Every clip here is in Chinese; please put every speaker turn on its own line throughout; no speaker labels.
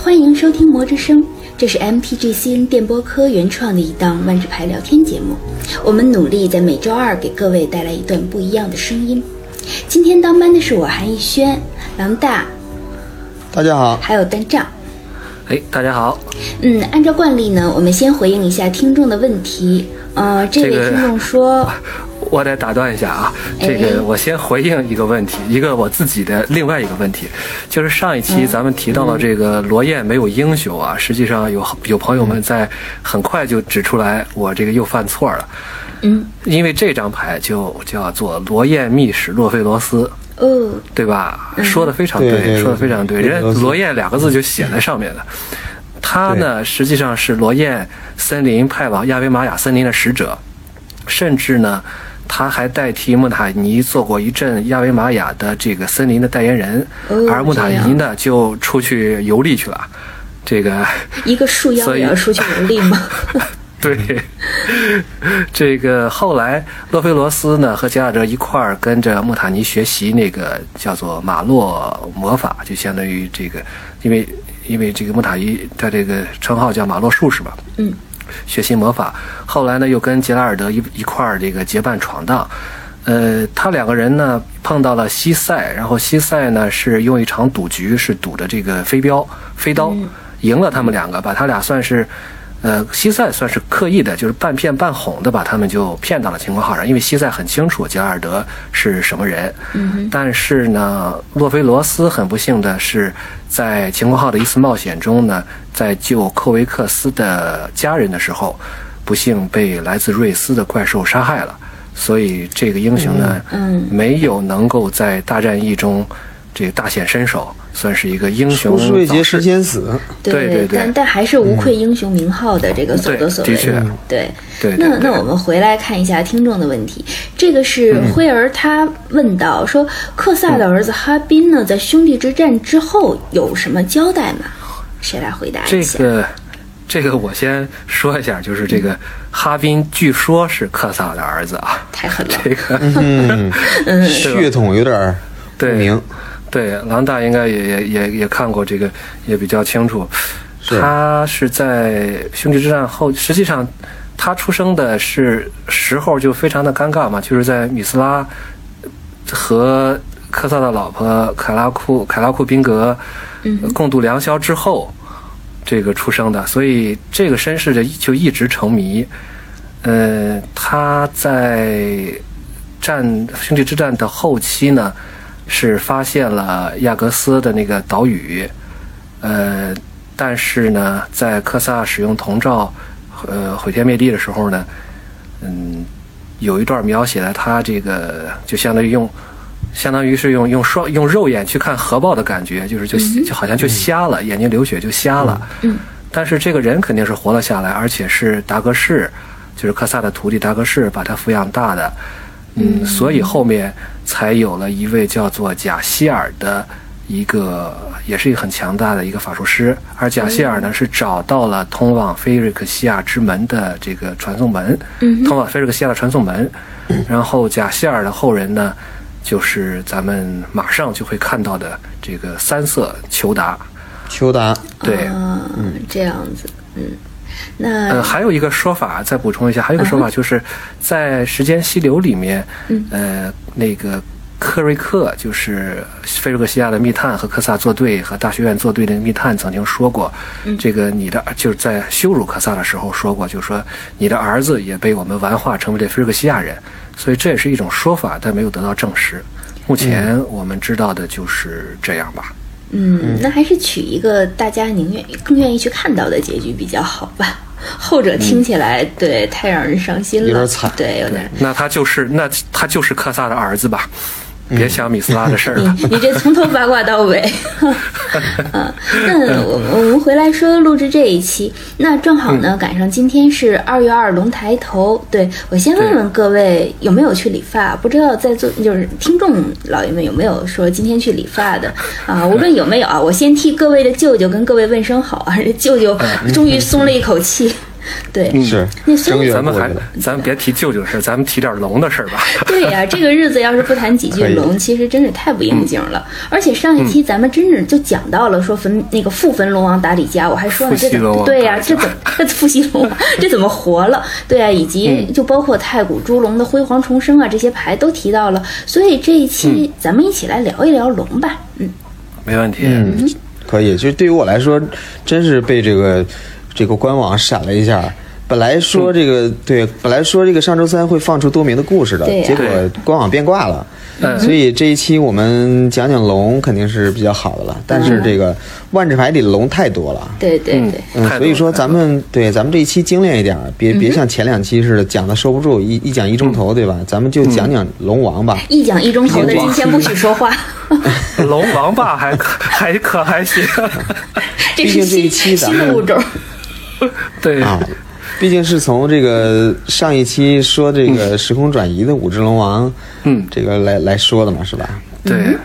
欢迎收听《魔之声》，这是 MTG 新电波科原创的一档万智牌聊天节目。我们努力在每周二给各位带来一段不一样的声音。今天当班的是我韩逸轩、狼大，
大家好，
还有单丈。
哎，大家好。
嗯，按照惯例呢，我们先回应一下听众的问题。呃，这位
这个
听众 说，
我得打断一下啊，这
哎
个我先回应一个问题，一个我自己的另外一个问题，就是上一
嗯
期咱们提到了这个罗燕没有英雄啊，实际上有有朋
嗯
友们在很快就指出来我这个又犯错了，
嗯，
因为这张牌就叫做罗燕密使洛菲罗斯，
哦，
对吧？说的非常
对对
说的非常对，
对
人
罗
家
斯
罗燕两个字就写在上面的。他呢，实际上是罗燕森林派往亚维玛雅森林的使者，甚至呢，他还代替穆塔尼做过一阵亚维玛雅的这个森林的代言人，
哦
而穆塔
这
尼
样
呢就出去游历去了。这个
一个树妖
所以
也要出去游历吗？
对，这个后来洛菲罗斯呢和杰拉德一块儿跟着穆塔尼学习那个叫做马洛魔法，就相当于这个，因为因为这个穆塔尼他这个称号叫马洛术士嘛，
嗯，
学习魔法。后来呢又跟杰拉尔德一一块儿这个结伴闯荡。呃，他两个人呢碰到了西塞，然后西塞呢是用一场赌局是赌的这个飞镖飞刀，赢了他们两个，把他俩算是。呃，西塞算是刻意的，就是半骗半哄的把他们就骗到了晴空号上，因为西塞很清楚杰拉尔德是什么人。嗯、但是呢，洛菲罗斯很不幸的是，在晴空号的一次冒险中呢，在救科维克斯的家人的时候，不幸被来自瑞斯的怪兽杀害了。所以这个英雄呢，
嗯
没有能够在大战役中这个大显身手，算是一个英雄
不是未
早逝
捷事先死，
对对对嗯
但但还是无愧英雄名号的这个所作所为。
对的确嗯
对
对对
那
对
那我们回来看一下听众的问题，这个是
嗯
辉儿他问到说，克萨的儿子哈宾呢，在兄弟之战之后有什么交代吗？谁来回答一
这
下？
个，这个我先说一下，就是这个哈宾，据说是克萨的儿子啊。
太狠了。
这个，
血统有点儿嗯不
对
明，
对，狼大应该也也也也看过这个，也比较清楚。
是
他是在兄弟之战后，实际上他出生的是时候就非常的尴尬嘛，就是在米斯拉和科萨的老婆凯拉库凯拉库宾格呃共度良宵之后，这个出生的，所以这个身世就就一直成谜。呃，他在战兄弟之战的后期呢，是发现了亚格斯的那个岛屿，呃，但是呢，在科萨使用铜罩，呃，毁天灭地的时候呢，嗯，有一段描写了他这个就相当于用，相当于是用用双用肉眼去看核爆的感觉，就是就、就好像就瞎了，眼睛流血就瞎了。嗯。但是这个人肯定是活了下来，而且是达格士，就是科萨的徒弟达格士把他抚养大的。嗯，所以后面才有了一位叫做贾希尔的一个，也是一个很强大的一个法术师。而贾希尔呢，是找到了通往菲瑞克西亚之门的这个传送门，通往菲瑞克西亚的传送门。然后贾希尔的后人呢，就是咱们马上就会看到的这个三色裘达。
求答。
对，
嗯，这样子，嗯，那、
呃，还有一个说法，再补充一下，还有一个说法就是，在《时间溪流》里面，呃，那个科瑞克就是菲利克西亚的密探和科萨作对，和大学院作对的密探曾经说过，这个你的就是在羞辱科萨的时候说过，就是说你的儿子也被我们玩化成为了菲利克西亚人，所以这也是一种说法，但没有得到证实。目前我们知道的就是这样吧。
嗯，那还是取一个大家宁愿更愿意去看到的结局比较好吧。后者
嗯
听起来、对太让人伤心了，
有点惨
对，有点
那他就是那他就是科萨的儿子吧？别想米斯拉的事儿了。
你你这从头八卦到尾。啊，那 我们我们回来说录制这一期，那正好
嗯
呢赶上今天是二月二龙抬头，对我先问问各位有没有去理发，不知道在座就是听众老爷们有没有说今天去理发的啊？无论有 没有啊，我先替各位的舅舅跟各位问声好啊，这舅舅终于松了一口气。对，
嗯
是
那孙
正月
咱们
过
还
去的
咱们别提舅舅事儿，咱们提点龙的事儿吧。
对呀、这个日子要是不谈几句
可以嗯
龙，其实真是太不应景了。而且上一期咱们真是就讲到了说焚那个复焚龙王打李家，我还说呢，
复
这
习
怎
龙王
对呀、
打李
这
家
怎这复习龙王 这怎么活了？对呀、以及
嗯
就包括太古猪龙的辉煌重生啊，这些牌都提到了。所以这一期
嗯
咱们一起来聊一聊龙吧。嗯，
没问题，
嗯，可以。就是对于我来说，真是被这个这个官网闪了一下。本来说这个、对，本来说这个上周三会放出多名的故事的，
对呀
结果官网变卦了。
嗯
所以这一期我们讲讲龙肯定是比较好的了，但是这个万智牌里的龙太多了。
对对
嗯
对，
嗯，
太多
所以说
了
咱们对咱们这一期精炼一点儿，别别像前两期似的讲的收不住，一一讲一钟头，对吧？咱们就讲讲龙王吧。
一讲一钟头的，今天不许说话。
嗯
龙王爸还可还可 还行，
这
毕
是
竟这一
新
期咱
新
们
的物种。
对，
啊，毕竟是从这个上一期说这个时空转移的五只龙王，
嗯
这个来来说的嘛，是吧？
对，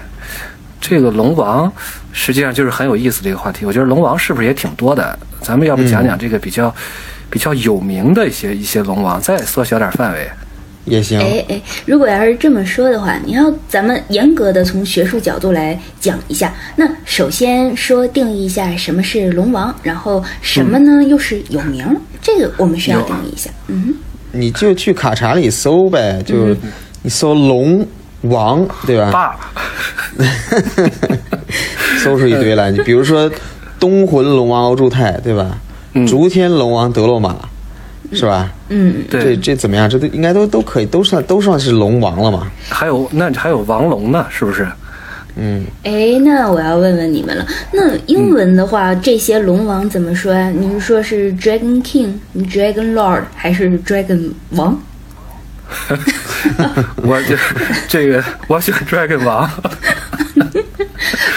这个龙王实际上就是很有意思的一个话题。我觉得龙王是不是也挺多的？咱们要不讲
嗯
讲这个比较、比较有名的一些一些龙王，再缩小点范围。
嗯也行，
哎哎，如果要是这么说的话，你要咱们严格的从学术角度来讲一下，那首先说定义一下什么是龙王，然后什么呢、又是有名儿，这个我们是要
有
定义一下。嗯，
你就去卡查里搜呗，就你搜龙王，对吧？
爸，
搜出一堆来，你比如说东魂龙王欧柱泰，对吧？竹天龙王德洛玛，是吧？
嗯，
这
对，
这怎么样？这都应该都都可以，都算都算是龙王了嘛？
还有那还有王龙呢，是不是？
嗯，
哎，那我要问问你们了，那嗯英文的话，这些龙王怎么说呀、你是说是 Dragon King、Dragon Lord 还是 Dragon 王？
我 就这个我选 Dragon 王。，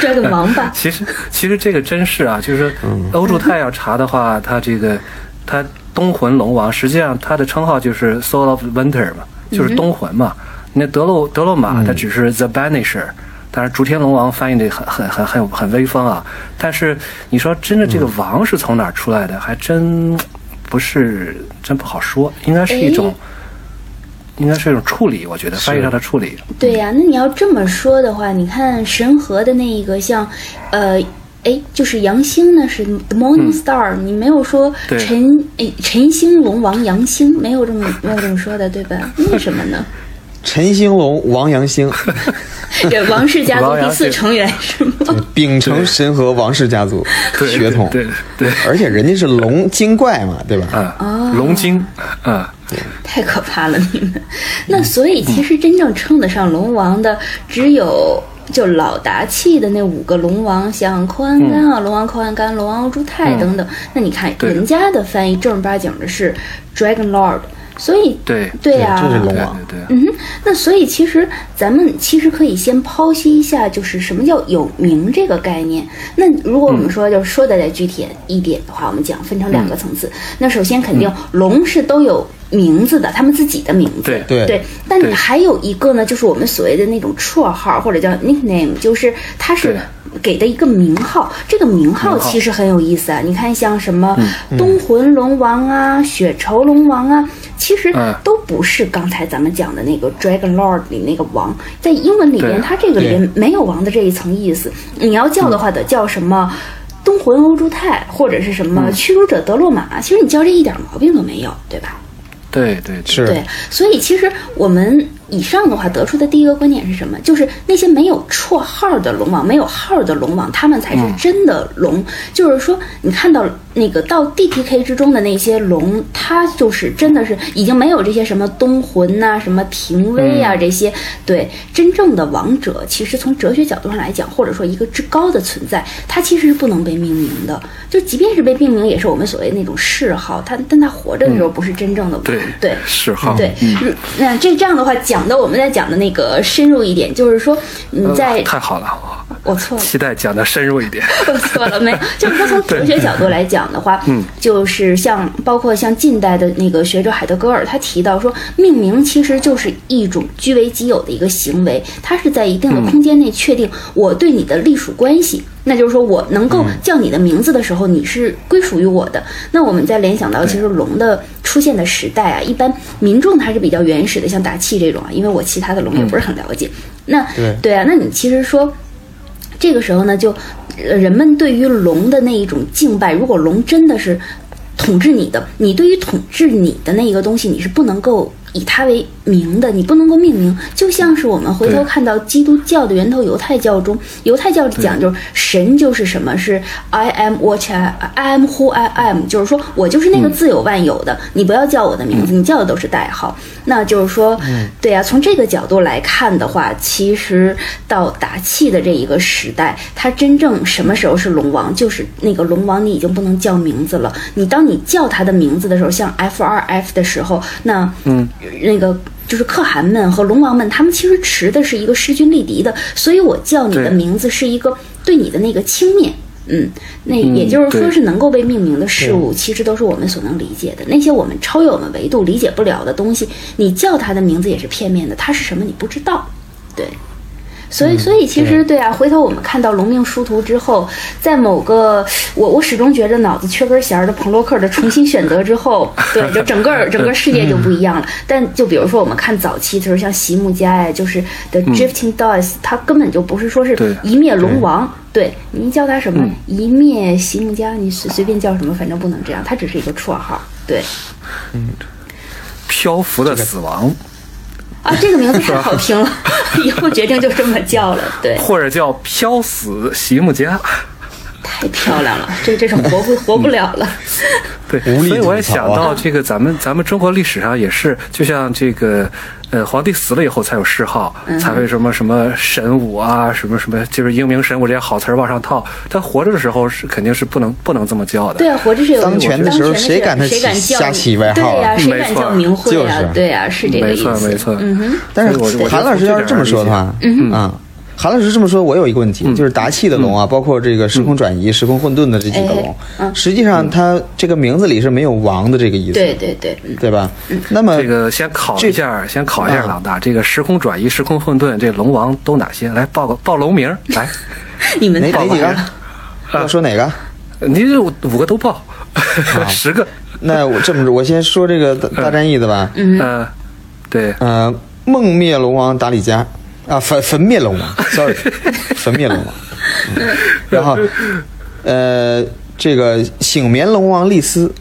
Dragon 王吧
其实 其实这个真是啊，就是
嗯
欧柱泰要查的话，他这个他东魂龙王，实际上他的称号就是 Soul of Winter 嘛，就是东魂嘛。那德洛德洛
嗯
玛他只是 The Banisher，、但是竹天龙王翻译的很很很很有很威风啊。但是你说真的，这个王是从哪儿出来的，还真不是真不好说，应该是一种。应该是一种处理，我觉得翻译上的处理，
对呀、那你要这么说的话，你看神河的那一个像，呃，哎，就是杨星呢是 The Morning Star，、你没有说
嗯对
陈哎陈星龙王杨星，没有这么没有这么说的，对吧？为什么呢？
陈兴龙王阳 兴，
这王氏家族
王
第
阳
四
是
成员是吗？
秉承神和王氏家族
对
血统，
对对
而且人家是龙精怪嘛，对吧？
啊，龙精，啊，
太可怕了，你们。那所以其实真正称得上龙王的，只有就老达气的那五个龙王，像寇安干啊、龙王寇安干、龙王欧珠泰等等。那你看
对
人家的翻译正儿八经的是 Dragon Lord，所以
对
对啊呀、
这是龙
对
王
对对，
嗯哼，那所以其实咱们其实可以先剖析一下，就是什么叫有名这个概念。那如果我
嗯
们说就是说的再具体一点的话，我们讲分成两个层次。那首先肯
嗯
定龙是都有名字的，他们自己的名字。
对
对
但
对
还有一个呢，就是我们所谓的那种绰号或者叫 nickname，就是它是
对
给的一个名号。这个名号
名号嗯
其实很有意思啊，你看像什么东魂龙王啊、血仇龙王啊，其实
嗯
都不是刚才咱们讲的那个 Dragon Lord 里那个王，在英文里边
对嗯
它这个里边没有王的这一层意思。你要叫的话，得叫什么？东魂欧珠泰，或者是什
嗯
么驱逐者德洛玛，其实你叫这一点毛病都没有，对吧？
对对对
是
对，所以其实我们以上的话得出的第一个观点是什么？就是那些没有绰号的龙王，没有号的龙王，他们才是
嗯
真的龙。就是说，你看到那个到 DTK 之中的那些龙，它就是真的是已经没有这些什么东魂呐、什么廷威
嗯
啊、这些。对，真正的王者，其实从哲学角度上来讲，或者说一个至高的存在，它其实是不能被命名的。就即便是被命名，也是我们所谓那种谥号，它但它活着的时候不是真正的王。
嗯对
对。
是哈，嗯
对，如那这这样的话，讲的我们再讲的那个深入一点，就是说你嗯
呃
在
太好了，
我错了。
期待讲的深入 一点。
我错了，没有，就是说从哲学角度来讲的话，嗯，就是像包括像近代的那个学者海德格尔，他提到说，命名其实就是一种据为己有的一个行为，它是在一定的空间内确定我对你的隶属关系。那就是说我能够叫你的名字的时候，你是归属于我的。那我们再联想到，其实龙的出现的时代啊，一般民众还是比较原始的，像打气这种啊，因为我其他的龙也不是很了解。那
对
对啊，那你其实说。这个时候呢，就呃人们对于龙的那一种敬拜，如果龙真的是统治你的，你对于统治你的那一个东西，你是不能够以它为名的，你不能够命名。就像是我们回头
对
看到基督教的源头犹太教中，犹太教讲就是神就是什么是 I am what I I am who I am，就是说我就是那个自有万有的，你不要叫我的名字，你叫的都是代号。那就是说，对呀、从这个角度来看的话，其实到打气的这一个时代，它真正什么时候是龙王？就是那个龙王，你已经不能叫名字了。你当你叫他的名字的时候，像 F 二 F 的时候，那嗯，那个。就是可汗们和龙王们，他们其实持的是一个势均力敌的，所以我叫你的
对
名字是一个对你的那个轻蔑，嗯，那也就是说
对
是能够被命名的事物，其实都是我们所能理解的。那些我们超越我们维度理解不了的东西，你叫它的名字也是片面的，它是什么你不知道，对。所以，所以其实嗯对啊，回头我们看到《龙命殊途》之后，在某个我我始终觉得脑子缺根弦儿的彭洛克的重新选择之 后，对，就整个整个世界就不一样了。但就比如说我们看早期的时候，像席慕加呀，就是 The Drifting Dots，它根本就不是说是
对
一灭龙王，对，嗯您叫它什么一灭席慕加，你随随便叫什么，反正不能这样，它只是一个绰号，对。
漂浮的死亡，
啊，这个名字太好听了， 以后决定就这么叫了，对。
或者叫飘死席木家。
太漂亮了，这这种 活不活不了了。
对，
无力
所以我也
吐槽
想
啊
到这个，咱们咱们中国历史上也是，就像这个，呃，皇帝死了以后才有谥号，
嗯
才会什么什么神武啊，什么什么，就是英明神武这些好词儿往上套。他活着的时候是肯定是不能不能这么叫的。
对啊，活着是有
当权的时候
当权
谁敢他
谁敢叫
瞎
你
起外号
对呀、
啊
谁敢
没错
叫明慧啊？
就是
对呀、是这个
没
意思。
错没错。
嗯哼，
但是
所以我我
韩老师要是这么说的话，嗯啊，韩老师这么说，我有一个问
嗯
题，就是达契的龙啊，包括这个时空转移、时空混沌的这
哎
几个龙，实际上它这个名字里是没有王的这个意
嗯
思，
对对对，嗯
对吧？那么
这个先考一下，先考一下
呃啊
老大，这个时空转移、时空混沌，这龙王都哪些？来报个报龙 名儿，来，
你们
哪
太
哪
棒
几个
了。？
要说哪个？
你这五个都报， 十个，
那我这么着，我先说这个大大战役的吧。嗯。
呃，对，
呃，梦灭龙王达里加啊，焚焚灭龙王，sorry，焚灭龙王。嗯然后，呃，这个醒眠龙王利斯，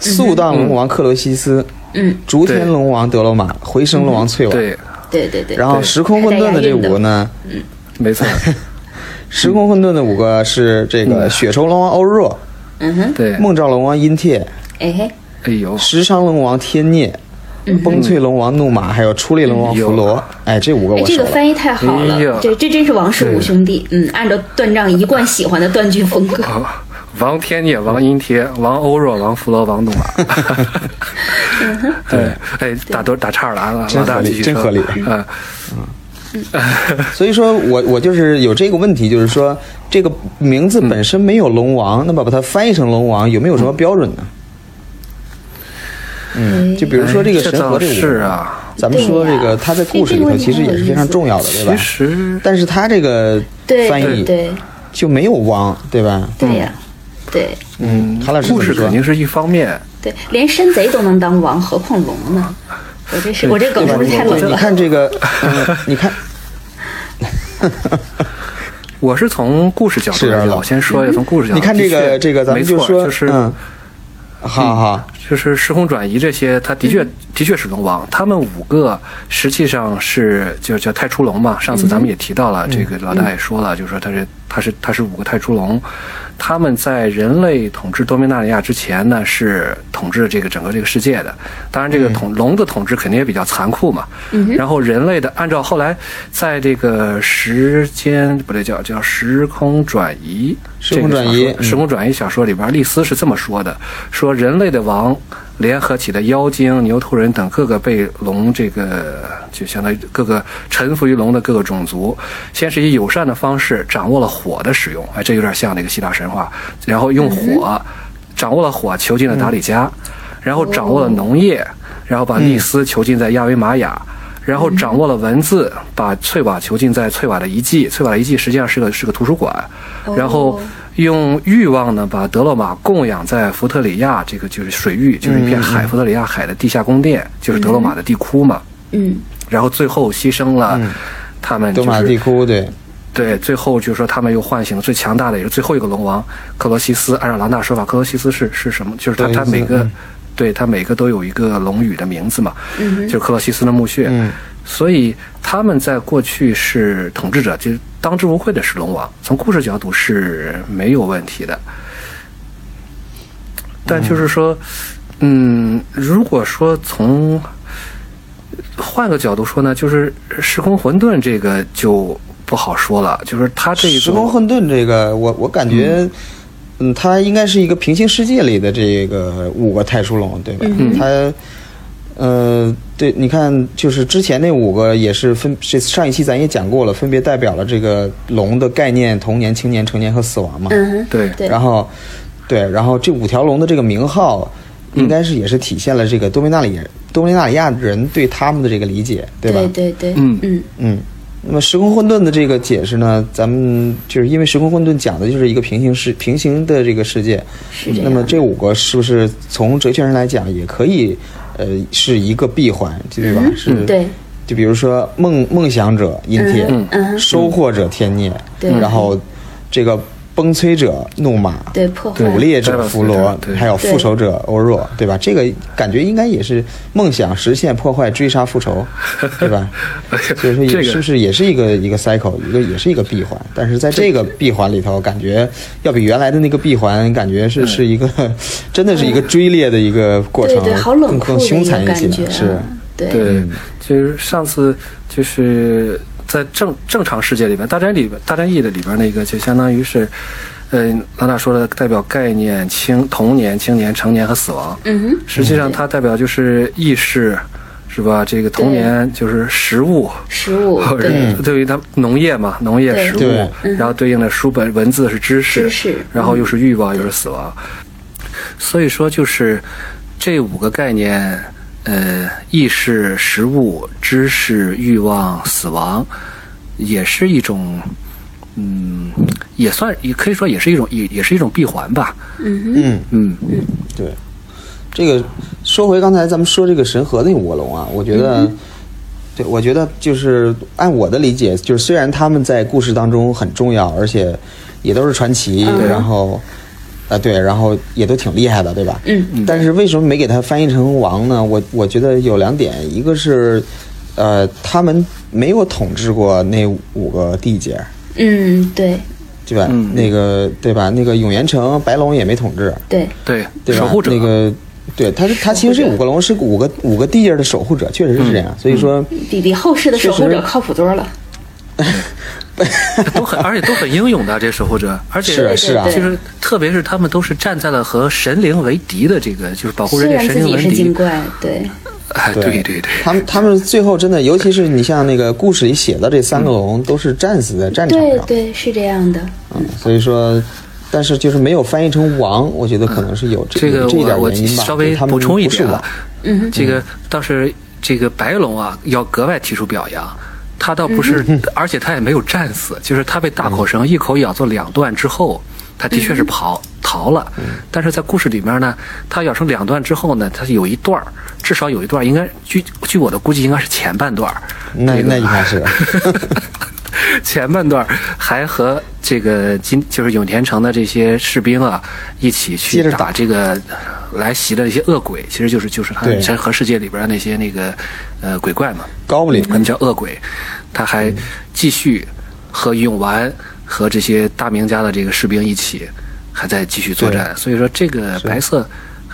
速荡龙王克罗西斯，
嗯，
竹天龙王德罗玛，回声龙王翠瓦。
对，
对对对。
然后时空混沌的这五个呢，
没 错，
时空混沌的五个是这个雪愁龙王欧若，
嗯哼，
对，
梦兆龙王殷切，
哎嘿，
哎呦，
石昌龙王天涅。崩翠龙王怒马，还有出力龙王弗罗，哎，这五个
哎，
我
这
熟
个
了。
翻译太好
哎呀
了，这这真是王氏五兄弟。嗯，按照段丈一贯喜欢的断句风格，
啊王天涅、王阴贴、王欧若、王福罗、王努马。
嗯
对，哎，打多打岔了啊，
真
老大
合理
继续
真
说
合理
啊，
所以说我我就是有这个问题，就是说这个名字本身没有龙王，那么把它翻译成龙王，有没有什么标准呢？嗯，就比如说这个神
倒
和这个
是
五个
啊，
咱们说这
对
个
呀
它在故事里头其实也是非常重要的，对吧
啊其？实
但是它这个
对
翻
对
译
对
嗯
就没有王，对吧？
对呀、对
嗯，韩老师怎
故
么
事
说
肯？定是一方面，
对，连山贼都能当王，何况龙呢？我这是我这梗
对吧
是不是太冷
你
了？
看这 个，嗯你看，
我是从故事角
是
度
有点
来讲，
冷
我先说一下从故事角度。
你看这
的
个
确
这个，咱
没
们就
错，
说，
就是嗯
嗯，好好，
就是时空转移这些，它的确、
嗯
的确是龙王，他们五个实际上是就叫太初龙嘛。上次咱
嗯
们也提到了，这个老大也说了，就是说他是他是他是五个太初龙，他们在人类统治多米纳里亚之前呢，是统治这个整个这个世界的。当然，这
嗯
个统、龙的统治肯定也比较残酷嘛。然后人类的按照后来在这个时间不对叫叫时空转移，
时空
这个
转移
小说时空转移小说里边，利斯是这么说的：说人类的王联合起的妖精、牛头人等各个被龙这个就相当于各个臣服于龙的各个种族，先是以友善的方式掌握了火的使用，哎，这有点像那个希腊神话，然后用火掌握了火，囚禁了达里加，然后掌握了农业，然后把密斯囚禁在亚维玛雅。然后掌握了文字，把翠瓦囚禁在翠瓦的遗迹，翠瓦的遗迹实际上是个是个图书馆，然后用欲望呢把德洛玛供养在福特里亚这个就是水域，就是一片海，福特里亚海的地下宫殿，就是德洛玛的地窟嘛，
嗯，
然后最后牺牲了他们
嗯德
就
玛
是
地窟对，
对，最后就是说他们又唤醒了最强大的，也是最后一个龙王克罗西斯。按照兰纳说法，克罗西斯是是什么？就是他
克罗
他
西斯
每个，
嗯
对他每个都有一个龙语的名字嘛，
嗯哼
就是克罗西斯的墓穴。
嗯
所以他们在过去是统治者，就是当之无愧的是龙王。从故事角度是没有问题的，但就是说，嗯，如果说从换个角度说呢，就是《时空混沌》这个就不好说了，就是它这一
时空
种，
混沌这个，我我感觉，嗯，它应该是一个平行世界里的这个五个太叔龙，对吧？它，呃，对，你看，就是之前那五个也是分，这上一期咱也讲过了，分别代表了这个龙的概念：童年、青年、成年和死亡嘛。
嗯哼，
对
对，
然后，对，然后这五条龙的这个名号，应该是也是体现了这个多米纳里多米纳里亚人对他们的这个理解，对吧？
对对对，
嗯
嗯
嗯，那么时空混沌的这个解释呢，咱们就是因为时空混沌讲的就是一个平行世平行的这个世界，
是这样
那么这五个是不是从哲学上来讲也可以，呃，是一个闭环，对吧？
嗯
是，
对，
就比如说梦梦想者阴天，
嗯嗯哼
收获者天孽，
对
然后这个崩摧者怒马，
对破坏，
捕猎者弗罗
对，
还有复仇者欧若，对吧？这个感觉应该也是梦想实现、破坏、追杀、复仇，对 吧？所以说也，
哎这个
是不是也是一个一个 cycle，一个也是一个闭环？但是在这个闭环里头，感觉要比原来的那个闭环，感觉
嗯
是是一个 真的是一个追猎的一个
嗯
过
对
程，
对，好冷
更
酷
更
的一
凶
个
残一
感觉
些，
啊，
是。
对
对，
嗯
就是上次就是在正正常世界里边，大战里边大战役的里边那个就相当于是，呃，老大说的代表概念、青童年、青年、成年和死亡。
嗯哼，
实际上它代表就是意识，是吧？这个童年就是食物。
食物，
或者
对，
哦对于它农业嘛，农业
对嗯
食
对
物，然后对应的书本文字是知识，
知识嗯
然后又是欲望，又是死亡。所以说，就是这五个概念，呃，意识、食物、知识、欲望、死亡，也是一种，嗯，也算也可以说也是一种也也是一种闭环吧。
嗯，
嗯，
对，这个说回刚才咱们说这个神河那五个龙啊，我觉得，对，我觉得就是按我的理解，就是虽然他们在故事当中很重要，而且也都是传奇，然后。啊，对，然后也都挺厉害的，对吧？
嗯
嗯。但是为什么没给它翻译成王呢？我我觉得有两点，一个是，呃，他们没有统治过那五个地界，
嗯对
对吧？
嗯
那个对吧？那个永元城白龙也没统治，
对，
对，
对吧
守护者
那个，对，他是他其实这五个龙是五个五个地界的守护者，确实是这
嗯
样。所以说，
比比后世的守护
确
者
实
靠谱多了，
都很，而且都很英勇的啊这守护者，而且
是是啊
其实特别是他们都是站在了和神灵为敌的这个，就是保护人
虽
类
然
神
自
灵
己
为
是精
敌。
怪，对，
哎，对对对，
他们他们最后真的，尤其是你像那个故事里写的这三个龙，都是战死在战场
对
上。
对是这样 的，
嗯，所以说，但是就是没有翻译成王，我觉得可能是有这
这个
有这一
我
点
我
原因吧。
稍微
就他们
补充一
不是
点
王
啊，这个倒是这个白龙啊，要格外提出表扬。他倒不是，而且他也没有战死，就是他被大
嗯
口绳一口咬作两段之后，他的确是跑逃了。
嗯
但是在故事里面呢，他咬成两段之后呢，他有一段儿，至少有一段儿，应该据据我的估计，应该是前半段儿。
那
这个
那应该 是
前半段还和这个今就是永田城的这些士兵啊一起去
接着打
打这个来袭的一些恶鬼，其实就是就是他
对
神和世界里边的那些那个呃鬼怪嘛，
高不林。
他们叫恶鬼，他还继续和永丸和这些大名家的这个士兵一起还在继续作战，所以说这个白色。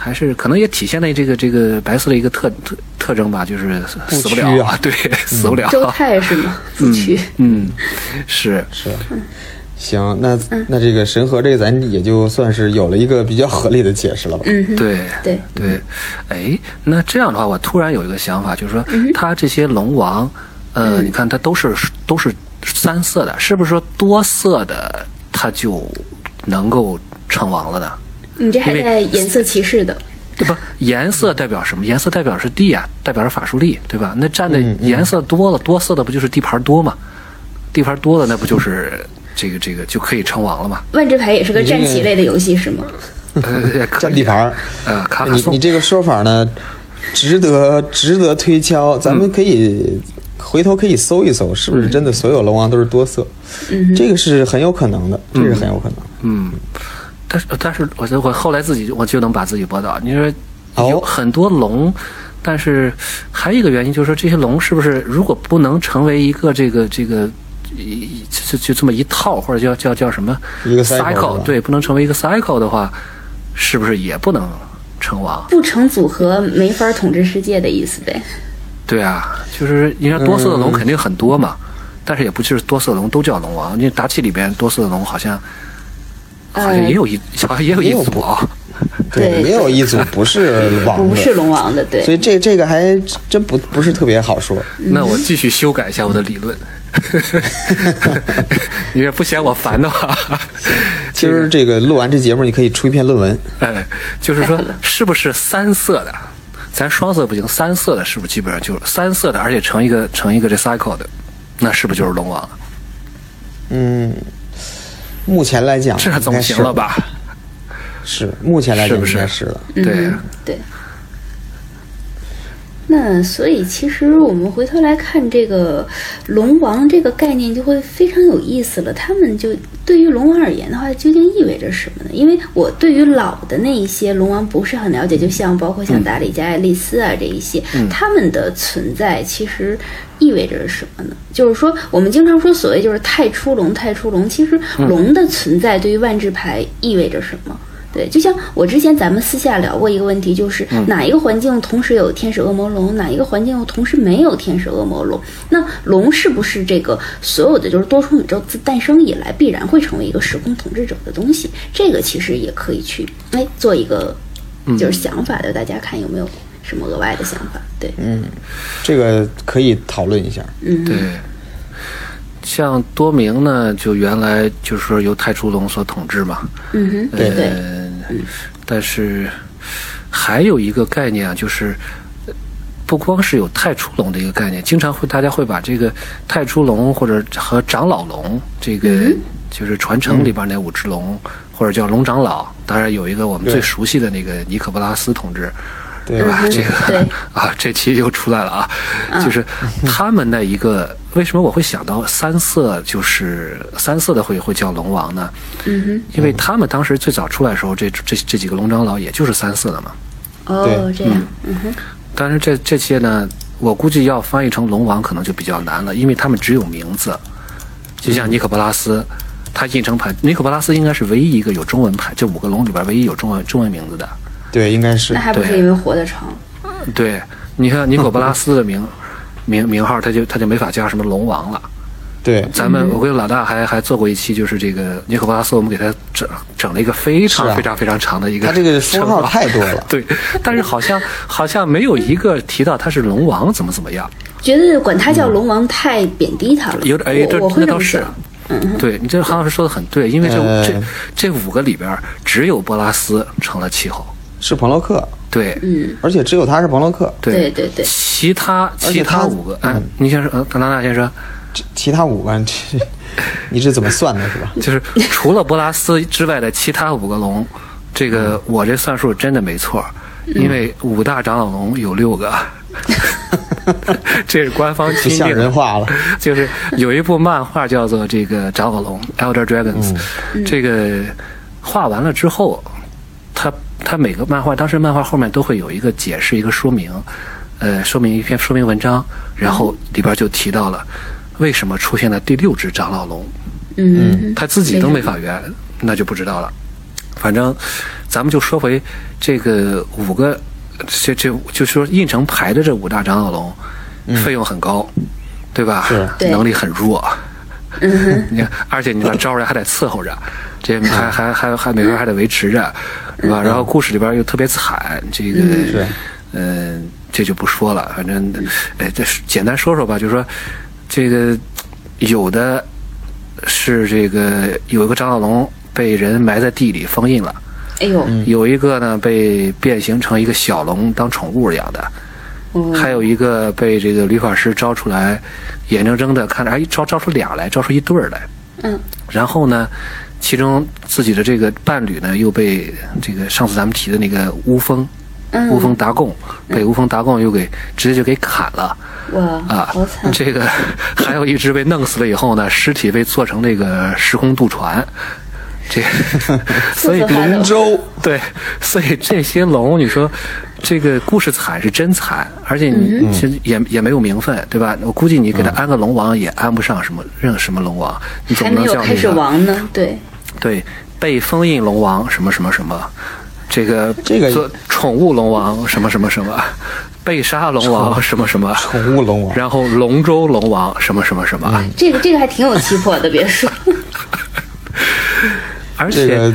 还是可能也体现了这个这个白色的一个特特特征吧，就是死不
屈
了
啊
对，死不了。
嗯
周泰是吗？不屈，
嗯，是
是，行，那
嗯
那这个神和这个咱也就算是有了一个比较合理的解释了吧？
嗯哼，
对
对
对，哎，那这样的话，我突然有一个想法，就是说，
嗯
它这些龙王，呃，你看它都是都是三色的，是不是说多色的它就能够称王了呢？
你这还
因为
带颜色歧视的，
对吧？颜色代表什么？颜色代表是地啊，代表是法术力，对吧？那占的
嗯
颜色多了，多色的不就是地盘多嘛？地盘多了，那不就是这个这个就可以称王了 嘛？
万智牌也是个战棋类的游戏是吗？
呃
占地，盘儿，
可以呃，卡卡
你
颂
你，这个说法呢，值得值得推敲，咱们可以、回头可以搜一搜，是不是真的所有龙王都是多色？嗯、这个是很有可能的，这是很有可能。
嗯，但是但是我我后来自己我就能把自己驳倒。你说
哦
有很多龙，但是还有一个原因就是说，这些龙是不是如果不能成为一个这个这个一就就就这么一套或者叫叫叫什么
一个 cycle 是
cycle
吧
对，不能成为一个 cycle 的话，是不是也不能称王？
不成组合没法统治世界的意思呗。
对啊，就是你看多色的
嗯
龙肯定很多嘛，但是也不就是多色龙都叫龙王。因为达契里边多色的龙好像好像
呃
也有一好像也有
哎也
一
有
组啊。
对
没有一组不是王
不
的，
是龙王的，对
所，以这这个还真不不是特别好说。
那我继续修改一下我的理论。你也不嫌我烦的话，
今儿这个录完这节目，你可以出一篇论文。
哎，就是说，是不是三色的？咱双色不行，三色的是不是基本上就是三色的，而且成一个成一个这 cycle 的，那是不是就是龙王了？
嗯，目前来讲，
这总行了？吧？
是，目前来讲
是不是
应该是了。
对啊
嗯，对。那所以，其实我们回头来看这个“龙王”这个概念，就会非常有意思了。他们就对于龙王而言的话，究竟意味着什么呢？因为我对于老的那一些龙王不是很了解，就像包括像达里加、爱丽丝啊这一些，他们的存在其实意味着什么呢？就是说，我们经常说所谓就是“太出龙，太出龙”，其实龙的存在对于万智牌意味着什么？对，就像我之前咱们私下聊过一个问题，就是哪一个环境同时有天使、恶魔龙，哪一个环境又同时没有天使、恶魔龙？那龙是不是这个所有的就是多重宇宙自诞生以来必然会成为一个时空统治者的东西？这个其实也可以去哎做一个就是想法的，大家看有没有什么额外的想法？对，嗯
这个可以讨论一下。
对，像多明呢，就原来就是说由太初龙所统治嘛，
嗯哼，对对，
嗯，但是还有一个概念啊，就是呃不光是有太初龙的一个概念，经常会大家会把这个太初龙或者和长老龙这个就是传承里边那五只龙，或者叫龙长老，当然有一个我们
对
最熟悉的那个尼可布拉斯同志。
对
是吧？
嗯
这个
对
啊，这期又出来了啊，就是他们那一个，为什么我会想到三色，就是三色的会会叫龙王呢？
嗯
因为他们当时最早出来的时候，这这这几个龙长老也就是三色的嘛。
哼，哦，这样，嗯哼，
但是这这些呢，我估计要翻译成龙王可能就比较难了，因为他们只有名字。就像尼可波拉斯，他印成牌，尼可波拉斯应该是唯一一个有中文牌，这五个龙里边唯一有中文中文名字的。
对，应该是
那。还不是
对
因为活得长？
嗯
对，你看尼可波拉斯的名 名名号，他就他就没法叫什么龙王了。
对，
咱们我跟老大还还做过一期，就是这个尼可波拉斯，我们给他整整了一个
是
非常
啊
非常非常长的一个
他
称号，
这个封号太多了
对，但是好像好像没有一个提到他是龙王怎么怎么样，
觉得管他叫龙王太贬低他了，
有点哎，这
我我会
那
这
倒
么
是
想。。
对你这韩老师说的很对，因为这、
呃
这这五个里边儿只有波拉斯成了气候，
是彭洛克，
对、
嗯，
而且只有他是彭洛克，
对对对，
其他
而
其
且他嗯
他五个，哎，你先说，呃，唐娜娜先说，
这其他五个人这 你是怎么算的，是吧？
就是除了波拉斯之外的其他五个龙，这
嗯
个我这算数真的没错，
嗯
因为五大长老龙有六 个， 这是官方
不
钦
像
定
人
的。
话了。
就是有一部漫画叫做《这个长老龙 Elder Dragons》，这个画完了之后，它它每个漫画当时漫画后面都会有一个解释，一个说明，呃，说明一篇说明文章，然后里边就提到了为什么出现了第六只长老龙，
嗯，
他自己都没法圆，那就不知道了。反正咱们就说回这个五个，这这就说印成牌的这五大长老龙，费用很高，对吧？
是
对
能力很弱， 你看，而且你把招人还得伺候着，这还还还还每个人还得维持着，是吧？然后故事里边又特别惨，这个
是，
嗯、这就不说了，反正，哎，这是简单说说吧，就是说，这个有的是这个有一个张小龙被人埋在地里封印了。
哎呦，
嗯
有一个呢被变形成一个小龙当宠物养的，还有一个被这个吕法师招出来，眼睁睁的看着，哎，招招出俩来，招出一对儿来。
嗯，
然后呢，其中自己的这个伴侣呢又被这个上次咱们提的那个乌风，乌风达贡被乌风达贡又给直接就给砍了。
哇，
啊
好，惨！
这个 还有一只被弄死了以后呢，尸体被做成那个时空渡船， 这所以
这还能
龙舟
对，所以这些龙，你说这个故事惨是真惨，而且
嗯
你其实
嗯
也、也没有名分，对吧？我估计你给他安个龙王也安不上什么任什么龙王，你总
还
不
没
能
有
叫
开
那
始
个
亡呢，对，
对被封印龙王什么什么什么，这个
这个
做宠物龙王什么什么什么，被杀龙王什么什么。
宠物龙王。
然后龙舟龙王什么什么什么，
嗯
这个这个还挺有气魄的，别说，
而且、
这个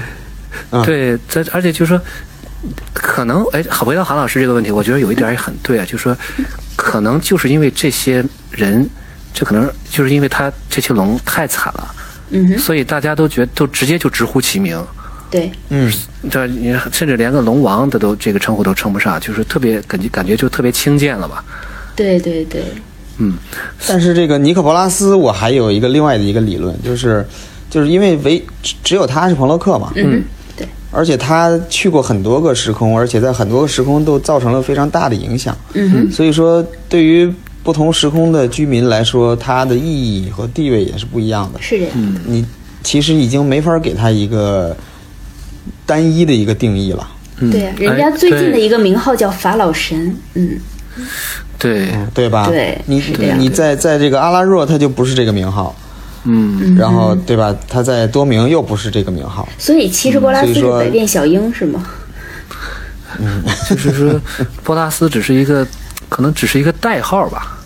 啊
对，在而且就是说，可能哎，回到韩老师这个问题，我觉得有一点也很对啊，就是说，可能就是因为这些人，这可能就是因为他这些龙太惨了，
嗯哼，
所以大家都觉都直接就直呼其名，
对，
嗯，
对，你甚至连个龙王的都这个称呼都称不上，就是特别感觉感觉就特别轻贱了吧？
对对对，
但是这个尼克波拉斯，我还有一个另外的一个理论，就是就是因为唯只只有他是朋洛克嘛，
嗯，对，
而且他去过很多个时空，而且在很多个时空都造成了非常大的影响。
嗯哼，
所以说对于不同时空的居民来说，它的意义和地位也是不一样的。
是这样，
嗯
你其实已经没法给它一个单一的一个定义了。
嗯，
对呀，啊人家
哎
最近的
对
一个名号叫法老神，嗯，
对，
对吧？
对
你
是这样
你在在这个阿拉若，它就不是这个名号，
嗯，
然后对吧？它在多明又不是这个名号，
所以其实波拉斯
嗯所以
是
说
百变小樱是吗？
就是说，波拉斯只是一个，可能只是一个代号吧，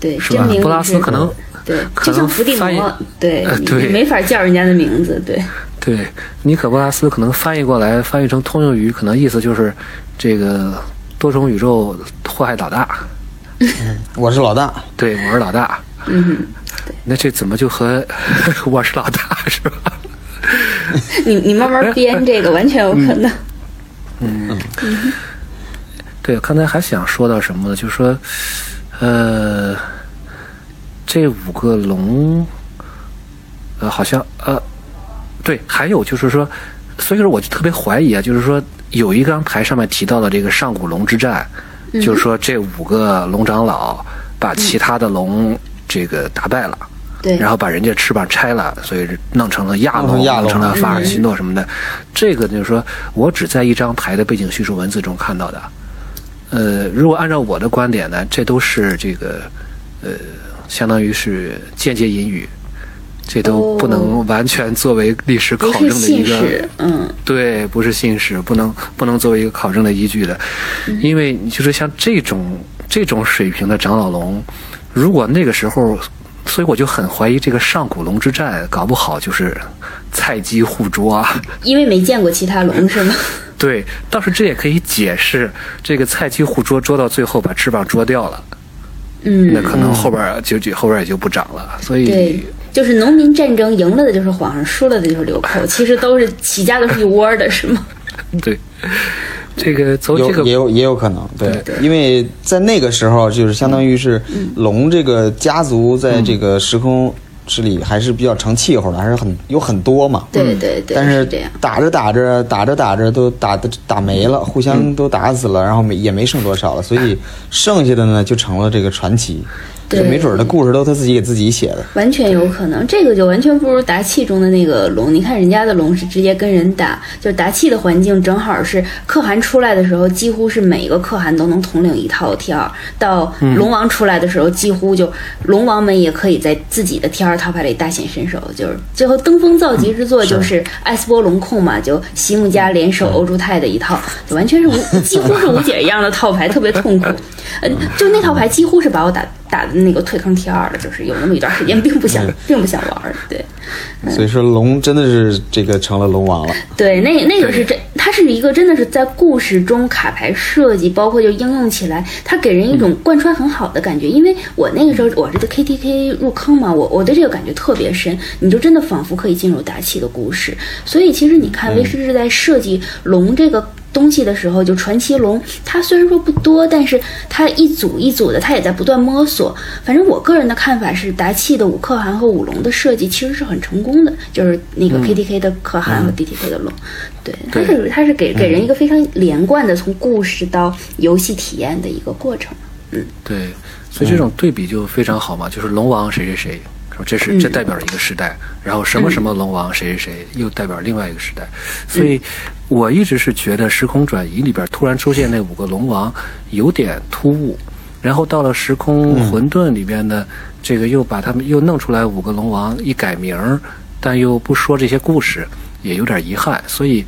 对，
是
真
吧
名
波拉
字
斯可能
对，
可
就像
能
伏地
翻译
魔，对
呃，
你
对
你没法叫人家的名字，对，
对，尼可波拉斯可能翻译过来，翻译成通用语，可能意思就是这个多重宇宙祸害老大。
我是老大。
对，我是老大。
嗯
那这怎么就和 我是老大是吧？
哼，你你慢
哎
慢编这个完全有
嗯
可能，
对，刚才还想说到什么呢？就是说，呃，这五个龙，呃，好像呃，对，还有就是说，所以说我就特别怀疑啊，就是说有一张牌上面提到的这个上古龙之战，就是说这五个龙长老把其他的龙这个打败了。
对，
然后把人家翅膀拆了，所以弄成了亚
弄
龙，
成亚龙
弄成了法尔奇诺什
嗯
么的。这个就是说我只在一张牌的背景叙述文字中看到的。呃，如果按照我的观点呢，这都是这个呃，相当于是间接引语，这都
哦
不能完全作为历史考
不
证
是
的一
信
个
使，嗯，
对，不是信使，不能不能作为一个考证的依据的，
嗯
因为你就是像这种这种水平的长老龙，如果那个时候，所以我就很怀疑这个上古龙之战搞不好就是菜鸡互 啄啊。
因为没见过其他龙是吗？
对，倒是这也可以解释这个菜鸡互啄啄到最后把翅膀啄掉了，那
嗯，
可能后边儿就就后边儿也就不长了，所
对
以。，
就是农民战争赢了的就是皇上，输了的就是流寇，其实都是起家都是一窝儿的是吗？
对这个
哦
从
有
这个
也有也有可能，对，因为在那个时候，就是相当于是
嗯
龙这个家族在这个时空之里还是比较成气候的，还是很有很多嘛。嗯
对对对，
但
是
是
这样，
打着打着打着打着都打的打没了，互
嗯
相都打死了，然后没也没剩多少了，所以剩下的呢就成了这个传奇，
对
就没准儿的故事都他自己给自己写的。
完全有可能，这个就完全不如达契中的那个龙。你看人家的龙是直接跟人打，就是达契的环境正好是可汗出来的时候，几乎是每个可汗都能统领一套天儿；到
嗯
龙王出来的时候，几乎就龙王们也可以在自己的天儿套牌里大显身手。就是最后登峰造极之作就是艾斯波龙控嘛，就席木加联手欧朱泰的一套，就完全是无几乎是无解一样的套牌，特别痛苦。呃，就那套牌几乎是把我打打的那个退坑贴二了，就是有那么一段时间并不想，并不想玩儿。对，嗯
所以说龙真的是这个成了龙王了。
对，那那个是真，它是一个真的是在故事中卡牌设计，包括就应用起来，它给人一种贯穿很好的感觉。因为我那个时候我这个 KTK 入坑嘛，我我对这个感觉特别深，你就真的仿佛可以进入达奇的故事。所以其实你看，威士忌在设计龙这个。东西的时候，就传奇龙，它虽然说不多，但是它一组一组的，它也在不断摸索。反正我个人的看法是，达契的五克函和五龙的设计其实是很成功的，就是那
嗯
个 KTK 的克函和 DTK 的龙，对，它是它是给给人一个非常连贯的从故事到游戏体验的一个过程。
对，所以这种对比就非常好嘛，就是龙王谁谁谁，说这是这代表了一个时代，然后什么什么龙王谁谁谁又代表另外一个时代，所以我一直是觉得《时空转移》里边突然出现那五个龙王有点突兀，然后到了《时空混沌》里边呢，这个又把他们又弄出来五个龙王，一改名儿，但又不说这些故事，也有点遗憾，所以。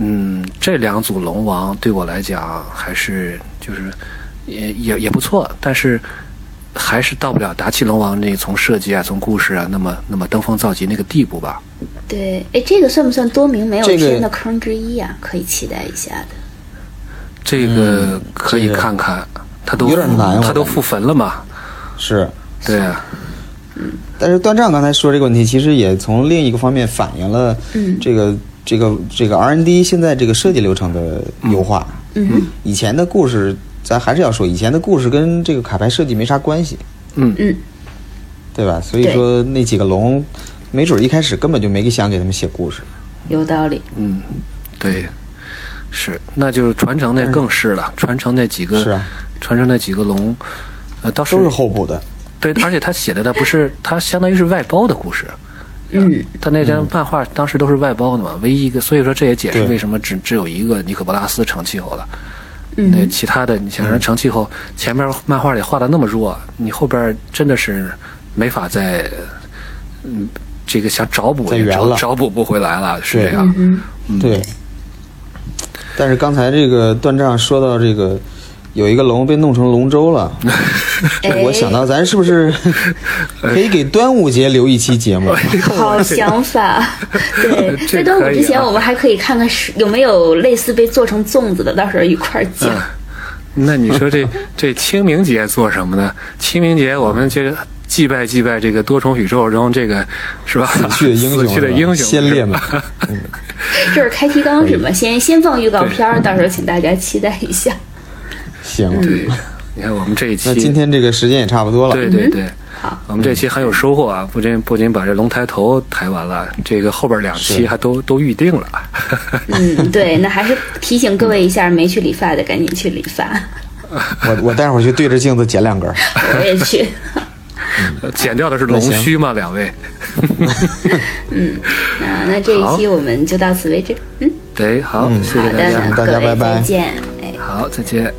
嗯，这两组龙王对我来讲还是就是也也也不错，但是还是到不了达契龙王那从设计啊、从故事啊那么那么登峰造极那个地步吧。
对，哎，这个算不算多名没有
这个
天的坑之一啊？可以期待一下的。
这个可以看看，他都
嗯有点难我
他都
感觉
复坟了嘛？
是，
对啊，
但是段丈刚才说这个问题，其实也从另一个方面反映了这个、这个这个 R&D 现在这个设计流程的优化。
嗯
以前的故事，咱还是要说，以前的故事跟这个卡牌设计没啥关系，
嗯，
嗯，
对吧？所以
对
说那几个龙，没准儿一开始根本就没想给他们写故事。
有道理。
嗯，对，是，那就是传承那更是了，传承那几个
嗯是啊
传承那几个龙，呃，倒是
都是后补的，
对，而且他写的他不是，他相当于是外包的故事。啊
嗯，
他那张漫画当时都是外包的嘛，唯一一个，所以说这也解释
对
为什么只只有一个尼可波拉斯成气候了。
嗯
那其他的，你想让成气候，前面漫画里画的那么弱，你后边真的是没法再，嗯，这个想找补
再
也
圆
找
了
找补不回来了，是
对嗯
这
对。
样。
但是刚才这个段丈说到这个，有一个龙被弄成龙舟了，
哎
我想到咱是不是可以给端午节留一期节目？
好想 法，对，
这
在端
可
午
以
之前，
啊
我们还可以看看是有没有类似被做成粽子的，到时候一块儿
嗯
讲。
那你说这这清明节做什么呢？清明节我们这祭拜祭拜这个多重宇宙中这个是吧？死
去的英雄，
死去的英雄
先
是
烈
吧
们，
这是开提纲是吧？先先放预告片儿，到时候请大家期待一下。
行。
对，你看我们这一期，
那今天这个时间也差不多了，
对对对，
好，
我们这期很有收获啊！不仅不仅把这龙抬头抬完了，这个后边两期还都都预定了。
嗯，对，那还是提醒各位一下，没去理发的赶紧去理 发，
我我待会儿去对着镜子剪两根儿。
我也去。
剪掉的是龙须吗？两位？
那啊那这一期我们就到此为止。嗯，
对，好，谢
好
谢大
的，
家，
那
大
各
家
位
拜拜
再见。哎。
好，再见。